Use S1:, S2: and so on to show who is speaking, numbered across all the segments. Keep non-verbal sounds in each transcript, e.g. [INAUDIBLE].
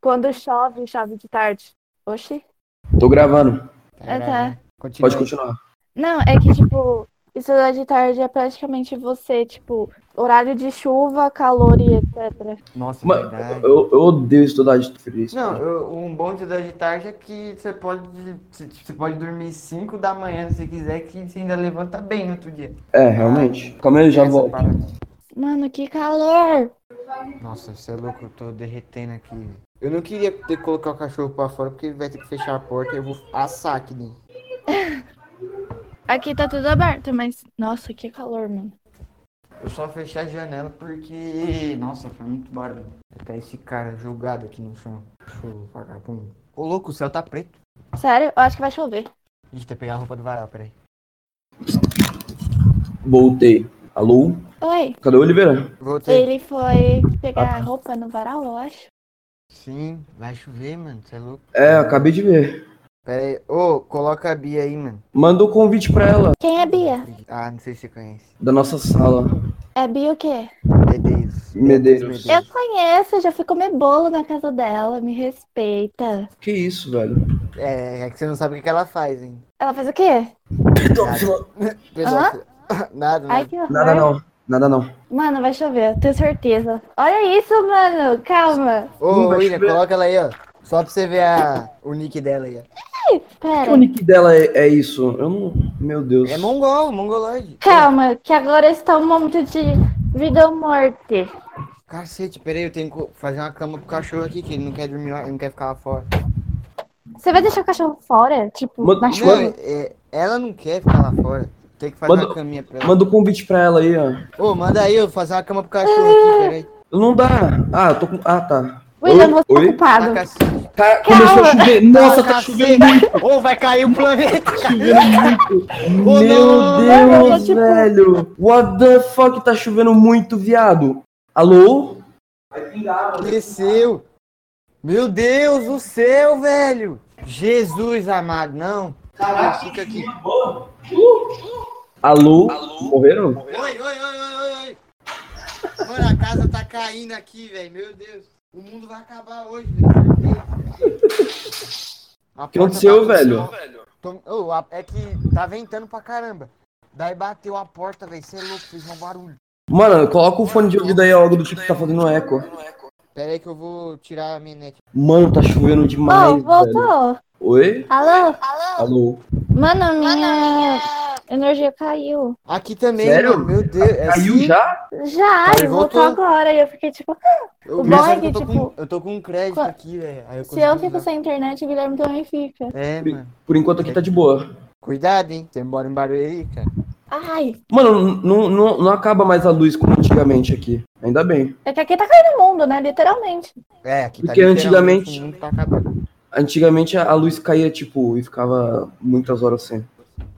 S1: Quando chove, chove de tarde. Oxi.
S2: Tô gravando.
S1: É,
S3: Caralho.
S1: tá.
S3: né? Continua.
S2: Pode continuar.
S1: Não, é que, tipo, estudar de tarde é praticamente você, tipo, horário de chuva, calor e etc.
S3: Nossa,
S2: Mano,
S3: verdade.
S2: eu, eu odeio estudar de feliz.
S3: Não, eu- um bom de estudar de tarde é que você pode, você você pode dormir 5 da manhã se você quiser, que você ainda levanta bem no outro dia.
S2: É, realmente. Calma aí, eu já
S3: Essa
S2: volto.
S3: parada.
S1: Mano, que calor!
S3: Nossa, você é louco, eu tô derretendo aqui. Eu não queria ter que colocar o cachorro pra fora, porque ele vai ter que fechar a porta e eu vou assar aqui dentro.
S1: Aqui tá tudo aberto, mas nossa, que calor, mano.
S3: Eu só fechei a janela porque. Nossa, foi muito barulho. Até esse cara jogado aqui no chão. Cachorro, vagabundo. Ô louco, o céu tá preto.
S1: Sério? Eu acho que vai chover.
S3: Ih, tem que pegar a roupa do varal, peraí.
S2: Voltei. Alô?
S1: Oi.
S2: Cadê o Oliveira?
S3: Voltei.
S1: Ele foi pegar a roupa no varal, eu acho.
S3: Sim, vai chover, mano. Você é louco.
S2: É, acabei de ver.
S3: Pera aí. Ô, coloca a Bia aí, mano.
S2: Manda o convite pra ela,
S1: Quem é Bia?
S3: Ah, não sei se você conhece.
S2: da nossa sala.
S1: É Bia o quê?
S3: Medeiros.
S2: Medeiros.
S1: Eu conheço, já fui comer bolo na casa dela, me respeita.
S2: Que isso, velho?
S3: É, é que você não sabe o que, que ela faz, hein?
S1: Ela fez o quê?
S2: Pedófilo.
S3: Pedófilo. [LAUGHS] Nada,
S1: Ai,
S3: nada.
S1: que horror.
S2: Nada não. Nada não.
S1: Mano, vai chover, eu tenho certeza. Olha isso, mano, calma.
S3: Ô,
S2: Não vai
S3: William,
S2: chover.
S3: coloca ela aí, ó. Só pra você ver a, o nick dela aí, ó.
S1: Ih, Pera,
S2: O nick dela é, é isso. Eu não. Meu Deus.
S3: É mongol, mongoloide.
S1: calma, que agora está um momento de vida ou morte.
S3: Cacete, peraí, eu tenho que co- fazer uma cama pro cachorro aqui, que ele não quer dormir lá, ele não quer ficar lá fora.
S1: Você vai deixar o cachorro fora? Tipo,
S2: Mano,
S1: na
S2: não,
S3: Não,
S1: chuva?
S3: é, ela não quer ficar lá fora. Tem que fazer
S2: Manda-
S3: uma caminha pra ela.
S2: Manda o convite pra ela aí, ó.
S3: Ô, manda aí, eu vou fazer uma cama pro cachorro aqui,
S1: Tá
S3: peraí.
S2: Não dá. Ah, eu tô com. Ah, tá.
S1: William, você tá
S2: Oi?
S3: Ah,
S1: ocupado.
S3: cacete.
S2: Cara, começou a chover. Nossa, tá chovendo
S3: [LAUGHS]
S2: muito. tá
S3: Ô, vai cair o planeta.
S2: Meu
S3: não!
S2: Deus,
S1: Não, tipo-
S2: velho! What the fuck? Tá chovendo muito, viado. Alô?
S3: Desceu. Meu Deus do céu, velho. Jesus amado, não. Caraca, fica aqui.
S2: Alô? Morreram?
S3: Oi, oi, oi, oi, oi, oi. Mano, a casa tá caindo aqui, velho. Meu Deus. O mundo vai acabar hoje, velho. O
S2: que aconteceu, velho?
S3: é que tá ventando pra caramba. Daí bateu a porta, velho. Você é louco, fez um barulho.
S2: Mano, coloca o fone de ouvido aí, algo do tipo que tá fazendo eco.
S3: Pera aí que eu vou tirar a minete.
S2: Mano, tá chovendo demais,
S1: Oh,
S2: velho.
S1: voltou.
S2: Oi?
S1: Alô?
S2: Alô?
S1: Mano, minha energia caiu.
S3: Aqui também,
S2: Sério?
S3: mano. Meu Deus. é
S2: Caiu
S3: assim?
S2: já? Tá,
S1: Já,
S3: Aí
S1: e voltou
S3: voltou.
S1: agora. E eu fiquei tipo,
S3: Eu,
S1: O
S3: mas
S1: bom é
S3: sabe
S1: que,
S3: eu tô
S1: tipo,
S3: com, eu tô com um crédito
S1: qua-
S3: aqui, velho. Aí
S1: se eu
S3: consigo
S1: fico
S3: usar.
S1: sem internet, o Guilherme também fica.
S3: É, mano.
S2: Por enquanto aqui tá de boa.
S3: Cuidado, hein. Você mora em Barueri, cara.
S1: Ai,
S2: Mano, não, não, não acaba mais a luz como antigamente aqui. Ainda bem.
S1: é que aqui tá caindo o mundo, né? Literalmente.
S3: É, aqui
S2: Porque
S3: literalmente
S2: antigamente-
S3: o mundo tá acabando.
S2: Antigamente a a luz caía, tipo, e ficava muitas horas sem.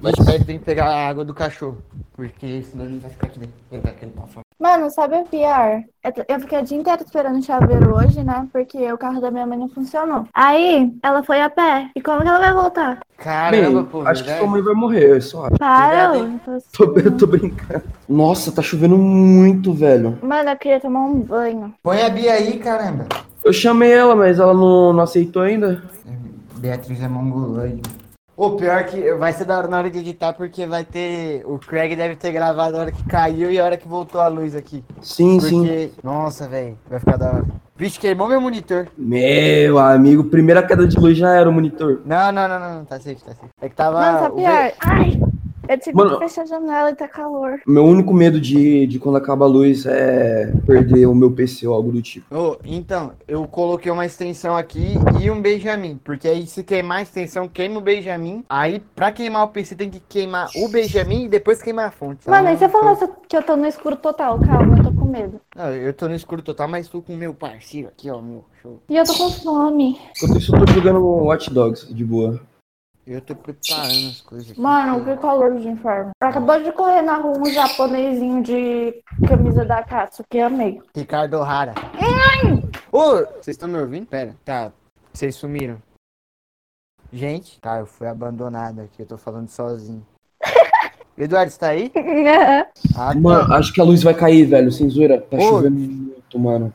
S3: Mas peraí, tem que pegar a água do cachorro. Porque senão ele vai ficar aqui dentro. Ele vai querer pra fora.
S1: Mano, sabe o pior? Eu t- Eu fiquei o dia inteiro esperando chover hoje, né? Porque o carro da minha mãe não funcionou. Aí, ela foi a pé. E como que ela vai voltar?
S3: Caramba,
S2: bem,
S3: pô.
S2: acho que
S3: verdade.
S2: sua mãe vai morrer, eu só acho.
S1: Para!
S3: Cuidado,
S1: eu tô
S2: [LAUGHS] Tô,
S1: assim.
S2: eu tô brincando. Nossa, tá chovendo muito, velho.
S1: Mano, eu queria tomar um banho.
S3: Põe a Bia aí, caramba.
S2: Eu chamei ela, mas ela não, não aceitou ainda.
S3: Beatriz é mongoloide. O pior que vai ser da hora na hora de editar, porque vai ter. O Craig deve ter gravado a hora que caiu e a hora que voltou a luz aqui.
S2: Sim, sim.
S3: Porque. Nossa, velho. Vai ficar da hora. Vixe, queimou meu monitor.
S2: Meu amigo, primeira queda de luz já era o monitor.
S3: Não, não, não, não, não. Tá safe, tá safe. É que tava.
S1: Mano, sabe
S3: o
S1: o
S3: ve-
S1: pior? Ai, eu tive
S2: Mano-
S1: que fechar a janela e tá calor.
S2: Meu único medo de, de quando acaba a luz é perder o meu PC ou algo do tipo.
S3: Ô, então, eu coloquei uma extensão aqui e um Benjamin, porque aí se queimar a extensão, queima o Benjamin. Aí, pra queimar o PC, tem que queimar o Benjamin e depois queimar a
S2: tá
S3: fonte.
S1: Mano, e se eu
S3: Então,
S1: falasse que eu tô no escuro total? Calma, eu tô com medo.
S3: Não, eu tô no escuro total, mas tô com o meu parceiro aqui, ó, meu show.
S1: E eu tô com fome.
S2: Enquanto isso, eu tô jogando Watch Dogs de boa.
S3: Eu tô preparando as coisas aqui.
S1: Mano, que calor de inferno. Acabou de correr na rua um japonesinho de camisa da Katsuki, amei. [LAUGHS]
S3: Ricardo O'Hara. Ô, vocês estão me ouvindo? Pera, tá. Vocês sumiram. Gente, tá, eu fui abandonado aqui, eu tô
S1: [LAUGHS]
S3: falando sozinho. Eduardo, você tá aí? Ah, tá.
S2: Mano, acho que a luz vai cair, velho, sem zoeira. Tá
S3: Ô.
S2: chovendo muito, mano.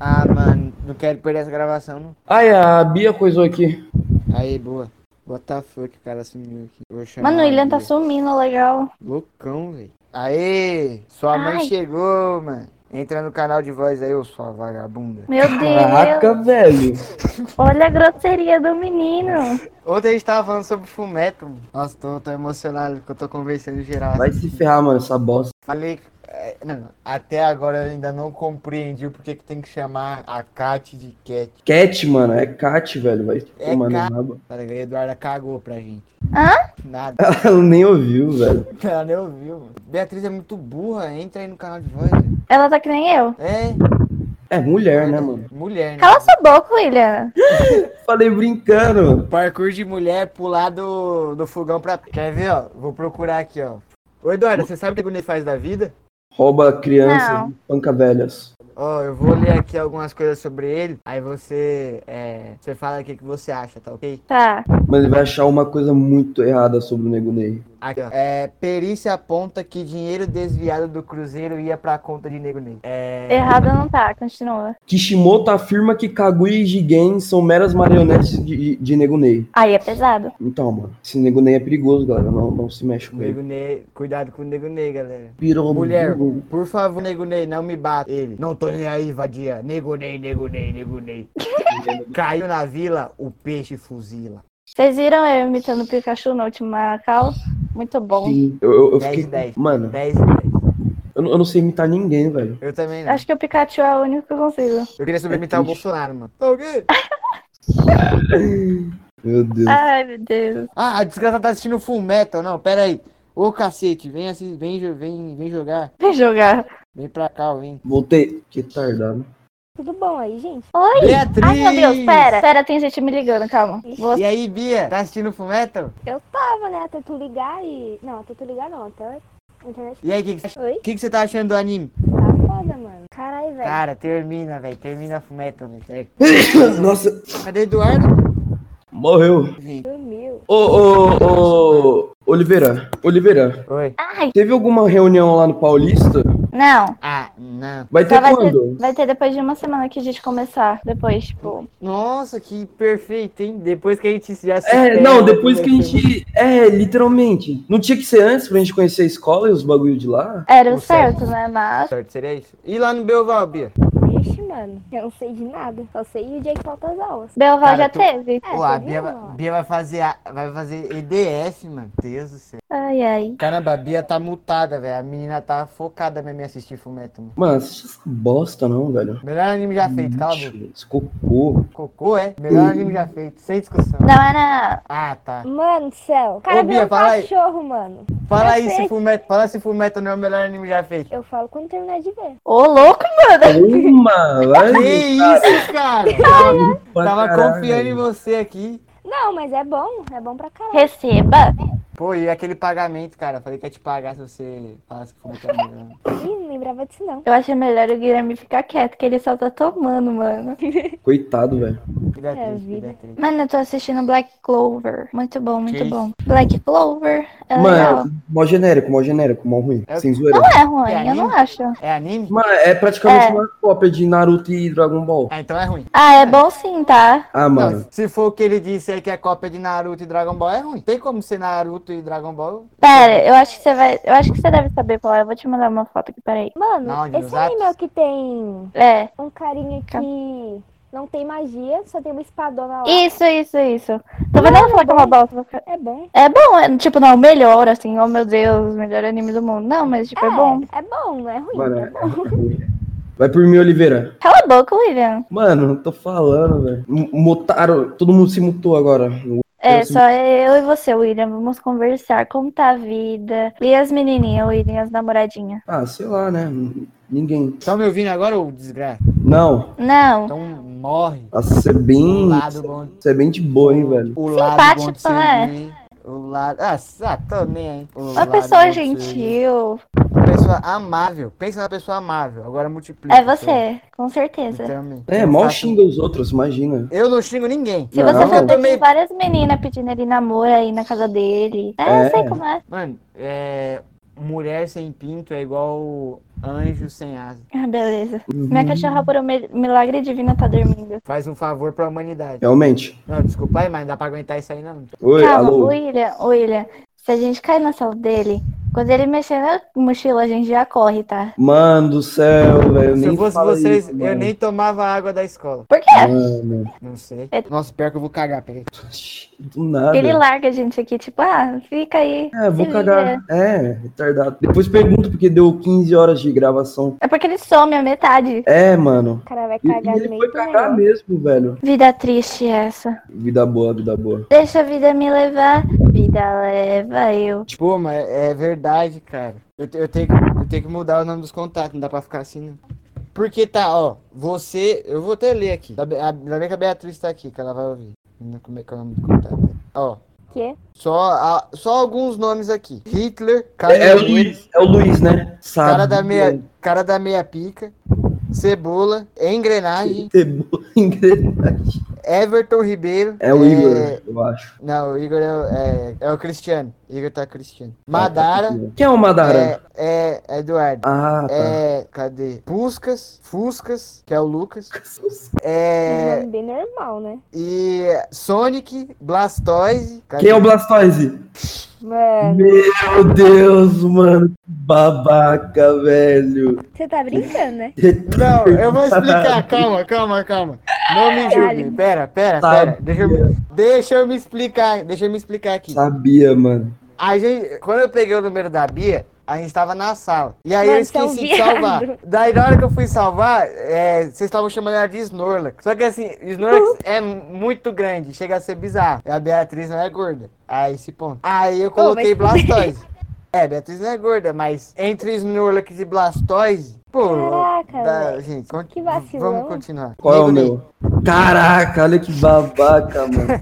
S3: Ah, mano, Não quero perder essa gravação, não.
S2: Ai, a Bia coisou aqui.
S3: Aí, boa. What the fuck, o cara sumiu aqui. Vou chamar
S1: Mano, o
S3: a
S1: William tá
S3: Bia.
S1: sumindo, legal.
S3: Loucão, velho. Aê! Sua mãe
S1: Ai.
S3: chegou, mano. Entra no canal de voz aí, ô sua vagabunda.
S1: Meu Deus.
S2: Caraca, velho.
S1: Olha a grosseria do menino.
S3: Ontem a gente tava falando sobre fumeto. mano. Nossa, tô, tô emocionado porque eu tô conversando geral.
S2: Vai se ferrar, mano, essa bosta.
S3: Falei. é, Não, até agora eu ainda não compreendi o porquê que tem que chamar a Kat de Cat.
S2: Cat, mano, é Cat, velho. Vai
S3: É
S2: tomar no
S3: Cat.
S2: rabo.
S3: Tá ligado? A Eduarda cagou pra gente. [LAUGHS]
S1: Hã?
S3: Nada.
S2: Ela nem ouviu, velho.
S3: Ela nem ouviu. mano. Beatriz é muito burra. Entra aí no canal de voz. velho.
S1: Ela tá que nem eu.
S3: É.
S2: É mulher, né, mano?
S3: Mulher, né?
S1: Cala sua boca, William.
S2: Falei brincando.
S3: Parkour de mulher pular do, do fogão pra. Quer ver, ó? Vou procurar aqui, ó. Ô, Eduardo, você sabe o que o Gunei faz da vida?
S2: Rouba crianças,
S1: Não.
S2: e panca velhas.
S3: Ó, eu vou ler aqui algumas coisas sobre ele. Aí você. É, você fala o que que você acha, tá ok?
S1: Tá.
S2: Mas ele vai achar uma coisa muito errada sobre o Nego Ney.
S3: Aqui, ó. É, perícia aponta que dinheiro desviado do Cruzeiro ia pra conta de Nego Negro. É.
S1: Errado não tá, continua.
S2: Kishimoto afirma que Kaguya e Jigen são meras marionetes de, de Nego Ney.
S1: Aí é pesado.
S2: Então, mano, esse Nego Ney é perigoso, galera. Não, não se mexe com ele.
S3: Nego Ney, cuidado com o Nego Ney, galera.
S2: Pirou
S3: Mulher,
S2: Google.
S3: por favor, Nego Ney, não me bata. Ele, não tô nem aí, vadia. Nego Ney, Nego Ney,
S2: [LAUGHS]
S3: Nego Ney. Caiu na vila, o peixe fuzila.
S1: Vocês viram eu imitando o Pikachu no último Macau? Muito bom.
S2: Sim, eu, eu, eu
S3: 10
S2: fiquei.
S3: 10.
S2: Mano,
S3: 10 e 10.
S2: eu, não- eu não sei imitar ninguém, velho.
S3: Eu também não.
S1: Acho que o Pikachu é o único que eu consigo.
S3: Eu queria submeter o
S2: triste.
S3: Bolsonaro, mano. Tá ok?
S2: Meu Deus.
S1: Ai, meu Deus.
S3: Ah, a desgraça tá assistindo Full Metal. Não, pera aí. Ô, cacete, vem, assi- vem, jo- vem, vem jogar.
S1: Vem jogar.
S3: Vem pra cá, vem.
S2: Voltei. Que tardado. [LAUGHS]
S4: Tudo bom aí, gente?
S1: Oi!
S3: Beatriz!
S1: Ai, meu Deus, pera. Pera, tem gente me ligando, calma. Vou...
S3: E aí, Bia, tá assistindo Full Metal?
S4: Eu tava, né? Até tu ligar e. Não, até tu ligar não, até a internet.
S3: E aí, o que, que, você-
S4: Oi?
S3: que que você tá achando do anime?
S4: Tá foda, mano. Caralho, velho.
S3: Cara, termina, velho. Termina Full Metal, velho.
S2: Nossa,
S3: Cadê Eduardo?
S2: morreu.
S4: Dormiu.
S2: Ô, ô, ô, Oliveira. Oliveira,
S3: Oi.
S1: Ai,
S2: teve alguma reunião lá no Paulista?
S1: não.
S3: Ah, não.
S2: Vai
S1: Só
S2: ter
S1: vai
S2: quando?
S1: ter, vai ter depois de uma semana que a gente começar. Depois, tipo.
S3: Nossa, que perfeito, hein? Depois que a gente já se
S2: É,
S3: pega, né?
S2: não, depois
S3: vai
S2: que a
S3: ser-
S2: gente. É, literalmente. Não tinha que ser antes pra gente conhecer a escola e os bagulho de lá?
S1: Era o
S3: O certo.
S1: certo, né? Mas.
S3: Certo, seria isso. E lá no Belval, Bia?
S4: Vixe, mano. Eu não sei de nada. Só sei o dia que falta as aulas.
S1: Belval
S3: Cara,
S1: já
S3: tu-
S1: teve.
S4: É,
S3: Pô, a
S4: teve
S3: Bia,
S4: aula.
S3: vai- Bia vai fazer a- vai fazer EDF, mano. Deus do céu.
S1: Ai, ai.
S3: Caramba, a Bia tá mutada, velho. A menina tá focada mesmo em assistir Fumeto. mano.
S2: Mano, assiste essa bosta não, velho.
S3: Melhor anime já feito, cala a boca.
S2: Esse cocô.
S3: Cocô, é? Melhor anime já feito, sem discussão.
S1: Não era.
S3: Ah, tá.
S4: Mano do céu. O cara
S3: Ô,
S4: virou
S3: Bia,
S4: um
S3: fala aí.
S4: cachorro, mano.
S3: Fala
S4: Já
S3: aí se
S4: sei.
S3: Fumeto, fala se Fumeto não é o melhor anime já feito.
S4: Eu falo quando terminar de ver.
S1: Ô, louco, mano!
S2: Uma, vai.
S3: Que isso, cara? Tava,
S2: Tá pra
S3: tava
S2: caralho.
S3: confiando em você aqui.
S4: Não, mas é bom. É bom pra caralho.
S1: Receba!
S3: Pô, e aquele pagamento, cara? Falei que ia te pagar se você falasse que Fumeto é o melhor.
S4: Ih, não lembrava disso não.
S3: Tá
S1: Eu acho melhor o Guilherme ficar quieto, que ele só tá tomando, mano.
S2: Coitado, velho.
S3: Que dá
S4: É,
S3: triste, que
S4: vida.
S3: dá triste.
S1: Mano, eu tô assistindo Black Clover. Muito bom, muito
S3: Que
S1: bom. Black Clover é legal.
S2: Mano, mó genérico, mó genérico, mó ruim.
S3: É-
S2: Sem zoeira.
S1: Não é ruim,
S3: É
S1: eu não
S3: anime?
S1: acho.
S3: É anime?
S2: Mano, é praticamente
S1: É.
S2: uma cópia de Naruto e Dragon Ball.
S3: Ah, então é ruim.
S1: Ah, é bom sim, tá?
S2: Ah, mano.
S3: Não, se for o que ele disse aí que é cópia de Naruto e Dragon Ball, é ruim. Tem como ser Naruto e Dragon Ball?
S1: Pera, eu acho que você vai. Eu acho que você deve saber qual é. Eu vou te mandar uma foto aqui, peraí.
S4: Mano,
S3: Não, de Tá.
S4: esse
S3: Zaps?
S4: anime é o que tem
S1: É.
S4: um carinha que não tem magia, só tem uma espadona lá.
S1: Isso, isso, isso. Tá vendo ela falar que é uma bosta?
S4: É bom.
S1: É bom, é, tipo, não, o melhor, assim, oh meu Deus, melhor anime do mundo. Não, mas tipo, é, bom.
S4: É bom, não é ruim.
S2: Mano, é- Vai por mim, Oliveira.
S1: Cala a boca, William. Mano.
S2: Mano, tô falando, velho. M- Mutaram, todo mundo se mutou agora.
S1: É,
S2: Eu sim.
S1: só eu e você, William. Vamos conversar, como tá a vida. E as menininhas, William, as namoradinhas.
S2: Ah, sei lá, né? Ninguém.
S3: Estão me ouvindo agora, ô desgraça?
S2: Não,
S1: Não.
S3: Então morre.
S2: nossa, você é bem.
S3: O lado bom.
S2: Você é bem de boa, hein, velho.
S3: O lado bom de
S1: Simpático, né?
S3: ser gay. O lado. Ah, sa- tô nem aí. O
S1: Uma
S3: lado bom
S1: pessoa
S3: de ser gay.
S1: gentil.
S3: Uma pessoa amável. Pensa na pessoa amável. Agora multiplica.
S1: É você, com certeza.
S3: Literalmente.
S2: É,
S3: Eu
S2: mal
S3: faço-
S2: xinga os outros, imagina.
S3: Eu não xingo ninguém.
S1: Se
S2: Não,
S1: você
S3: eu
S1: saber
S3: também.
S1: que várias meninas pedindo ele namoro aí na casa dele. É, [LAUGHS]
S2: É.
S1: eu sei como é.
S3: Mano, é. Mulher sem pinto é igual Anjo sem asa.
S1: Ah, beleza.
S2: Uhum.
S1: Minha cachorra, por um mi- milagre divino, tá dormindo.
S3: Faz um favor pra humanidade.
S2: Realmente.
S3: Não, desculpa aí, mas não dá pra aguentar isso aí não.
S2: Oi,
S1: Calma, o
S2: alô.
S1: William, o William, se a gente cair na sala dele, quando ele mexer na mochila, a gente já corre, tá?
S2: Mano do céu, velho. eu
S3: Se
S2: nem
S3: eu fosse
S2: fala
S3: vocês,
S2: isso,
S3: eu
S2: mano.
S3: nem tomava água da escola.
S1: Por quê?
S2: Mano,
S3: Não sei.
S1: É-
S3: Nossa, pior que eu vou cagar, peraí.
S2: do nada.
S1: Ele larga a gente aqui, tipo, ah, fica aí.
S2: É, vou
S1: se
S2: cagar.
S1: vira.
S2: É, retardado. Depois pergunto porque deu 15 horas de gravação.
S1: É porque ele some a metade.
S2: É, mano.
S4: O cara vai
S2: E, e
S4: cagar no
S2: ele
S4: meio
S2: foi
S4: né? do
S2: cagar
S4: negócio.
S2: mesmo, velho.
S1: Vida triste é essa.
S2: Vida boa, vida boa.
S1: Deixa a vida me levar, vida leva eu.
S3: Pô, mas é verdade, cara. Eu, te- eu tenho, que- eu tenho que mudar o nome dos contatos, não dá pra ficar assim, não. Porque tá, ó, você. Eu vou até ler aqui. Tá be- a- Ainda bem que a Beatriz tá aqui, que ela vai ouvir. Não, Como é que é o nome do contato? Ó,
S4: Quê?
S3: só, a- só alguns nomes aqui: Hitler,
S2: É, é o
S3: Caminhoneiro,
S2: Luiz, é o Luiz, né? Sabe?
S3: cara,
S2: [LAUGHS]
S3: da meia, cara da meia pica, Cebola, Engrenagem,
S2: Cebola engrenagem.
S3: Everton Ribeiro.
S2: É o Igor, eu acho.
S3: Não, o Igor é, o- é, é o Cristiano. Igor tá Cristiano. Madara.
S2: Quem é o Madara?
S3: É, é, é Eduardo.
S2: Ah, tá.
S3: É, cadê? Puscas, Fuscas, que é o Lucas.
S4: É...
S3: É,
S4: Bem normal, né?
S3: e Sonic, Blastoise. cadê?
S2: [LAUGHS] Quem é o Blastoise?
S3: é.
S4: Mano,
S2: Meu Deus, mano. que Babaca, velho.
S4: você tá brincando, né?
S3: Não,
S2: [LAUGHS]
S3: eu vou explicar. Calma, calma, calma. Não me julgue.
S4: Caralho.
S3: Pera, pera,
S2: Sabia.
S3: pera. Deixa eu, deixa eu me explicar. Deixa eu me explicar aqui.
S2: Sabia, mano.
S3: A gente, quando eu peguei o número da Bia, a gente tava na sala. E aí eu
S4: Mano, você é um
S3: esqueci de salvar.
S4: viado.
S3: Daí na hora que eu fui salvar, é, vocês estavam chamando ela de Snorlax. Só que assim,
S4: Uhum.
S3: Snorlax é muito grande, chega a ser bizarro. E a Beatriz não é gorda. Aí esse ponto. Aí eu coloquei
S4: mas-
S3: Blastoise. É, Beatriz não é gorda, mas entre Snorlax e Blastoise, pô.
S4: Caraca,
S3: dá-
S4: velho.
S3: gente, con-
S4: Que vacilão.
S3: Vamos continuar.
S2: Qual é o
S3: Nego Ney.
S2: meu? Caraca, olha que babaca, mano.